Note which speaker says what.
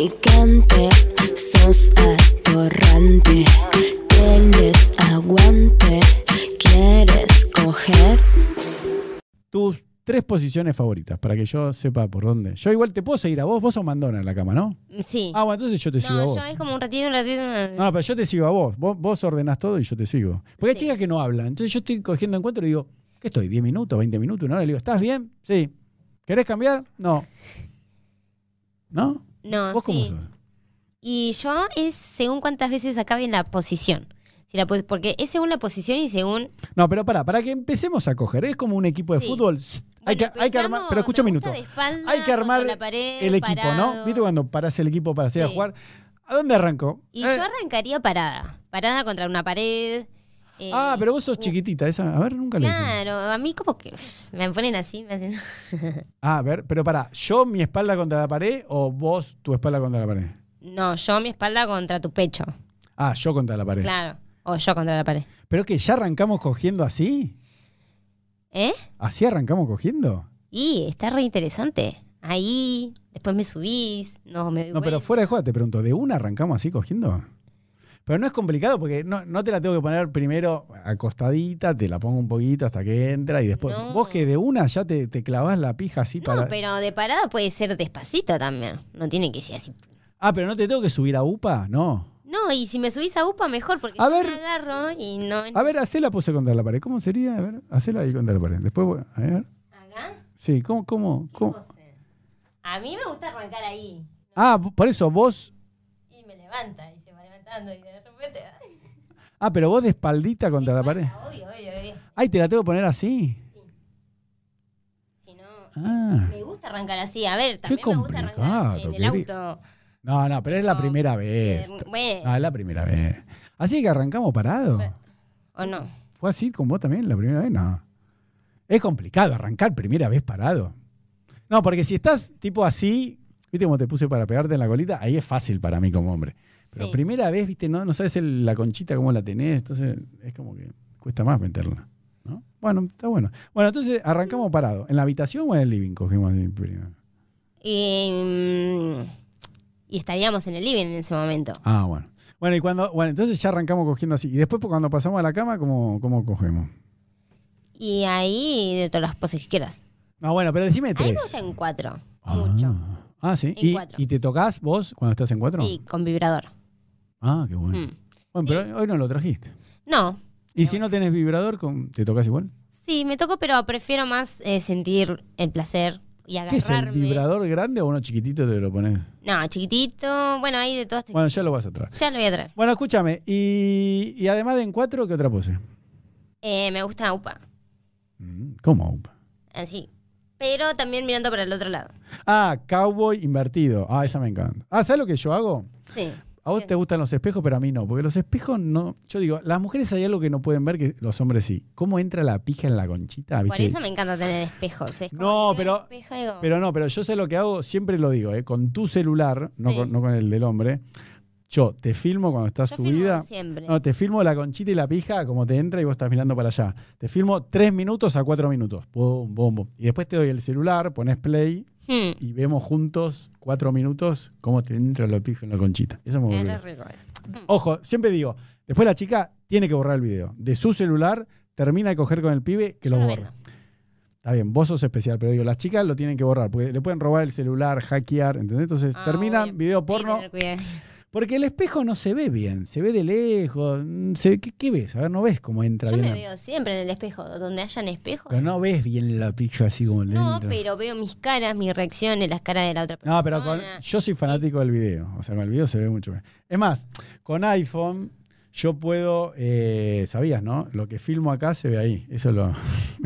Speaker 1: atorrante, sos atorrante. Tienes aguante, quieres coger.
Speaker 2: Tus tres posiciones favoritas, para que yo sepa por dónde. Yo igual te puedo seguir a vos, vos sos mandona en la cama, ¿no?
Speaker 3: Sí.
Speaker 2: Ah, bueno, entonces yo te sigo a
Speaker 3: no,
Speaker 2: vos. Ah,
Speaker 3: yo es como un ratito, un ratito. un ratito.
Speaker 2: No, pero yo te sigo a vos. Vos, vos ordenás todo y yo te sigo. Porque hay
Speaker 3: Sí.
Speaker 2: chicas que no hablan. Entonces yo estoy cogiendo encuentro y digo, ¿qué estoy? ¿10 minutos? ¿20 minutos? Una hora. Le digo, ¿estás bien? Sí. ¿Querés cambiar? No. ¿No?
Speaker 3: No,
Speaker 2: ¿Vos
Speaker 3: sí.
Speaker 2: cómo sos?
Speaker 3: Y yo es según cuántas veces acabe en la posición. Si la po- porque es según la posición y según.
Speaker 2: No, pero para, para que empecemos a coger. Es como un equipo de
Speaker 3: Sí.
Speaker 2: fútbol. Sss, hay, que,
Speaker 3: Bueno,
Speaker 2: hay que armar.
Speaker 3: empezamos,
Speaker 2: Pero escucha un
Speaker 3: me
Speaker 2: minuto.
Speaker 3: gusta de espalda,
Speaker 2: Hay que
Speaker 3: contra
Speaker 2: armar
Speaker 3: la pared,
Speaker 2: El equipo, ¿no?
Speaker 3: parados.
Speaker 2: ¿Viste cuando parás el equipo para salir a
Speaker 3: Sí.
Speaker 2: jugar? ¿A dónde arranco?
Speaker 3: Y
Speaker 2: Eh,
Speaker 3: yo arrancaría parada. Parada contra una pared. eh,
Speaker 2: ah, pero vos sos
Speaker 3: u-
Speaker 2: chiquitita. Esa, a ver, nunca lo hice.
Speaker 3: Claro, a mí como que uf, me ponen así, me hacen.
Speaker 2: Ah, a ver, pero para, ¿yo mi espalda contra la pared o vos tu espalda contra la pared?
Speaker 3: No, yo mi espalda contra tu pecho.
Speaker 2: Ah, yo contra la pared.
Speaker 3: Claro. O yo contra la pared.
Speaker 2: Pero que ya arrancamos cogiendo así.
Speaker 3: ¿Eh?
Speaker 2: ¿Así arrancamos cogiendo?
Speaker 3: Y está re interesante. Ahí, después me subís, no me doy
Speaker 2: No, pero
Speaker 3: vuelta.
Speaker 2: fuera de joda, te pregunto, ¿de una arrancamos así cogiendo? Pero no es complicado porque no, no te la tengo que poner primero acostadita, te la pongo un poquito hasta que entra y después.
Speaker 3: No.
Speaker 2: Vos que de una ya te, te clavás la pija así para.
Speaker 3: No, pero de parada puede ser despacito también. No tiene que ser así.
Speaker 2: Ah, pero no te tengo que subir a UPA, no.
Speaker 3: No, y si me subís a UPA, mejor, porque
Speaker 2: A
Speaker 3: yo
Speaker 2: ver.
Speaker 3: me agarro y no.
Speaker 2: A ver, hacela puse contra la pared. ¿Cómo sería? A ver, hacela ahí contra la pared. Después, voy- a ver.
Speaker 3: ¿Acá?
Speaker 2: Sí, ¿cómo, cómo,
Speaker 3: ¿Qué
Speaker 2: cómo?
Speaker 3: pose? A mí me gusta arrancar ahí.
Speaker 2: Ah, por eso vos.
Speaker 3: Y me levanta, y se va levantando, y de repente. ay,
Speaker 2: Ah, pero vos de espaldita contra la pared.
Speaker 3: espalda, Obvio, obvio, obvio.
Speaker 2: Ay, te la tengo que poner así.
Speaker 3: Si no.
Speaker 2: Ah.
Speaker 3: Me gusta arrancar así. A ver, también me gusta arrancar
Speaker 2: complicado,
Speaker 3: en el auto.
Speaker 2: No, no, pero es la
Speaker 3: No.
Speaker 2: primera
Speaker 3: Eh,
Speaker 2: vez.
Speaker 3: bueno,
Speaker 2: Ah, es la primera vez. Así que arrancamos parado.
Speaker 3: o no.
Speaker 2: ¿Fue así con vos también la primera vez? No. Es complicado arrancar primera vez parado. No, porque si estás tipo así, ¿viste cómo te puse para pegarte en la colita? Ahí es fácil para mí como hombre. Pero
Speaker 3: Sí.
Speaker 2: primera vez, ¿viste? No, no sabes el- la conchita cómo la tenés, entonces es como que cuesta más meterla. ¿no? Bueno, está bueno. Bueno, entonces arrancamos parado. ¿En la habitación o en el living cogemos así primero?
Speaker 3: Y, mm, y estaríamos en el living en ese momento.
Speaker 2: Ah, bueno. Bueno, y cuando, bueno, entonces ya arrancamos cogiendo así. Y después pues, cuando pasamos a la cama, ¿cómo, cómo cogemos?
Speaker 3: Y ahí de todas las poses que quieras.
Speaker 2: No, bueno, pero decime
Speaker 3: A mí
Speaker 2: tres.
Speaker 3: me gusta en cuatro.
Speaker 2: Ah.
Speaker 3: Mucho.
Speaker 2: Ah, sí.
Speaker 3: En
Speaker 2: ¿Y,
Speaker 3: cuatro.
Speaker 2: y te tocas vos cuando estás en cuatro?
Speaker 3: Sí, con vibrador.
Speaker 2: Ah, qué bueno.
Speaker 3: Mm.
Speaker 2: Bueno, pero hoy no lo trajiste.
Speaker 3: No.
Speaker 2: Y si no tenés vibrador, con- ¿te tocas igual?
Speaker 3: Sí, me toco, pero prefiero más eh, sentir el placer y
Speaker 2: ¿Qué es el
Speaker 3: agarrarme.
Speaker 2: vibrador grande o uno chiquitito te lo pones?
Speaker 3: No, chiquitito. Bueno, ahí de todas. te-
Speaker 2: Bueno, ya lo vas a traer.
Speaker 3: Ya lo voy a traer.
Speaker 2: Bueno, escúchame. Y, y además de en cuatro, ¿qué otra pose?
Speaker 3: Eh, me gusta UPA.
Speaker 2: Mm, ¿Cómo? upa?
Speaker 3: Así. Pero también mirando para el otro lado.
Speaker 2: Ah, cowboy invertido. Ah, esa me encanta. Ah, ¿sabes lo que yo hago?
Speaker 3: Sí.
Speaker 2: A vos
Speaker 3: ¿Qué?
Speaker 2: te gustan los espejos, pero a mí no. Porque los espejos no. Yo digo, las mujeres hay algo que no pueden ver que los hombres sí. ¿Cómo entra la pija en la conchita?
Speaker 3: Por
Speaker 2: ¿viste?
Speaker 3: eso me encanta tener espejos. es como
Speaker 2: No,
Speaker 3: que tengo
Speaker 2: pero-
Speaker 3: el espejo y digo,
Speaker 2: Pero no, pero yo sé lo que hago, siempre lo digo, ¿eh? con tu celular, no,
Speaker 3: Sí.
Speaker 2: con, no con el del hombre. Yo te filmo cuando estás
Speaker 3: yo firmo
Speaker 2: subida.
Speaker 3: siempre.
Speaker 2: No, te filmo la conchita y la pija como te entra y vos estás mirando para allá. Te filmo tres minutos a cuatro minutos. Pum, pum, pum. Y después te doy el celular, pones play
Speaker 3: Hmm.
Speaker 2: y vemos juntos cuatro minutos cómo te entra la pija en la conchita. Eso me
Speaker 3: Es
Speaker 2: vuelve
Speaker 3: re
Speaker 2: loco.
Speaker 3: rico eso.
Speaker 2: Ojo, siempre digo, después la chica tiene que borrar el video. De su celular, termina de coger con el pibe que
Speaker 3: Yo
Speaker 2: lo
Speaker 3: no
Speaker 2: borra.
Speaker 3: vendo.
Speaker 2: Está bien, vos sos especial, pero digo, las chicas lo tienen que borrar, porque le pueden robar el celular, hackear, ¿entendés? Entonces
Speaker 3: Ah,
Speaker 2: terminan
Speaker 3: obvio.
Speaker 2: video
Speaker 3: Hay que
Speaker 2: porno,
Speaker 3: tener cuidado.
Speaker 2: porque el espejo no se ve bien, se ve de lejos, mm, se- ¿qué, qué ves? A ver, no ves cómo entra
Speaker 3: Yo
Speaker 2: bien.
Speaker 3: me
Speaker 2: la-
Speaker 3: veo siempre en el espejo, donde hayan espejos.
Speaker 2: Pero no ves bien la pija así como le
Speaker 3: No,
Speaker 2: entra.
Speaker 3: pero veo mis caras, mis reacciones, las caras de la otra persona.
Speaker 2: No, pero con- yo soy fanático del video, o sea, con el video se ve mucho bien. Es más, con iPhone yo puedo, eh, sabías, ¿no? Lo que filmo acá se ve ahí, eso lo...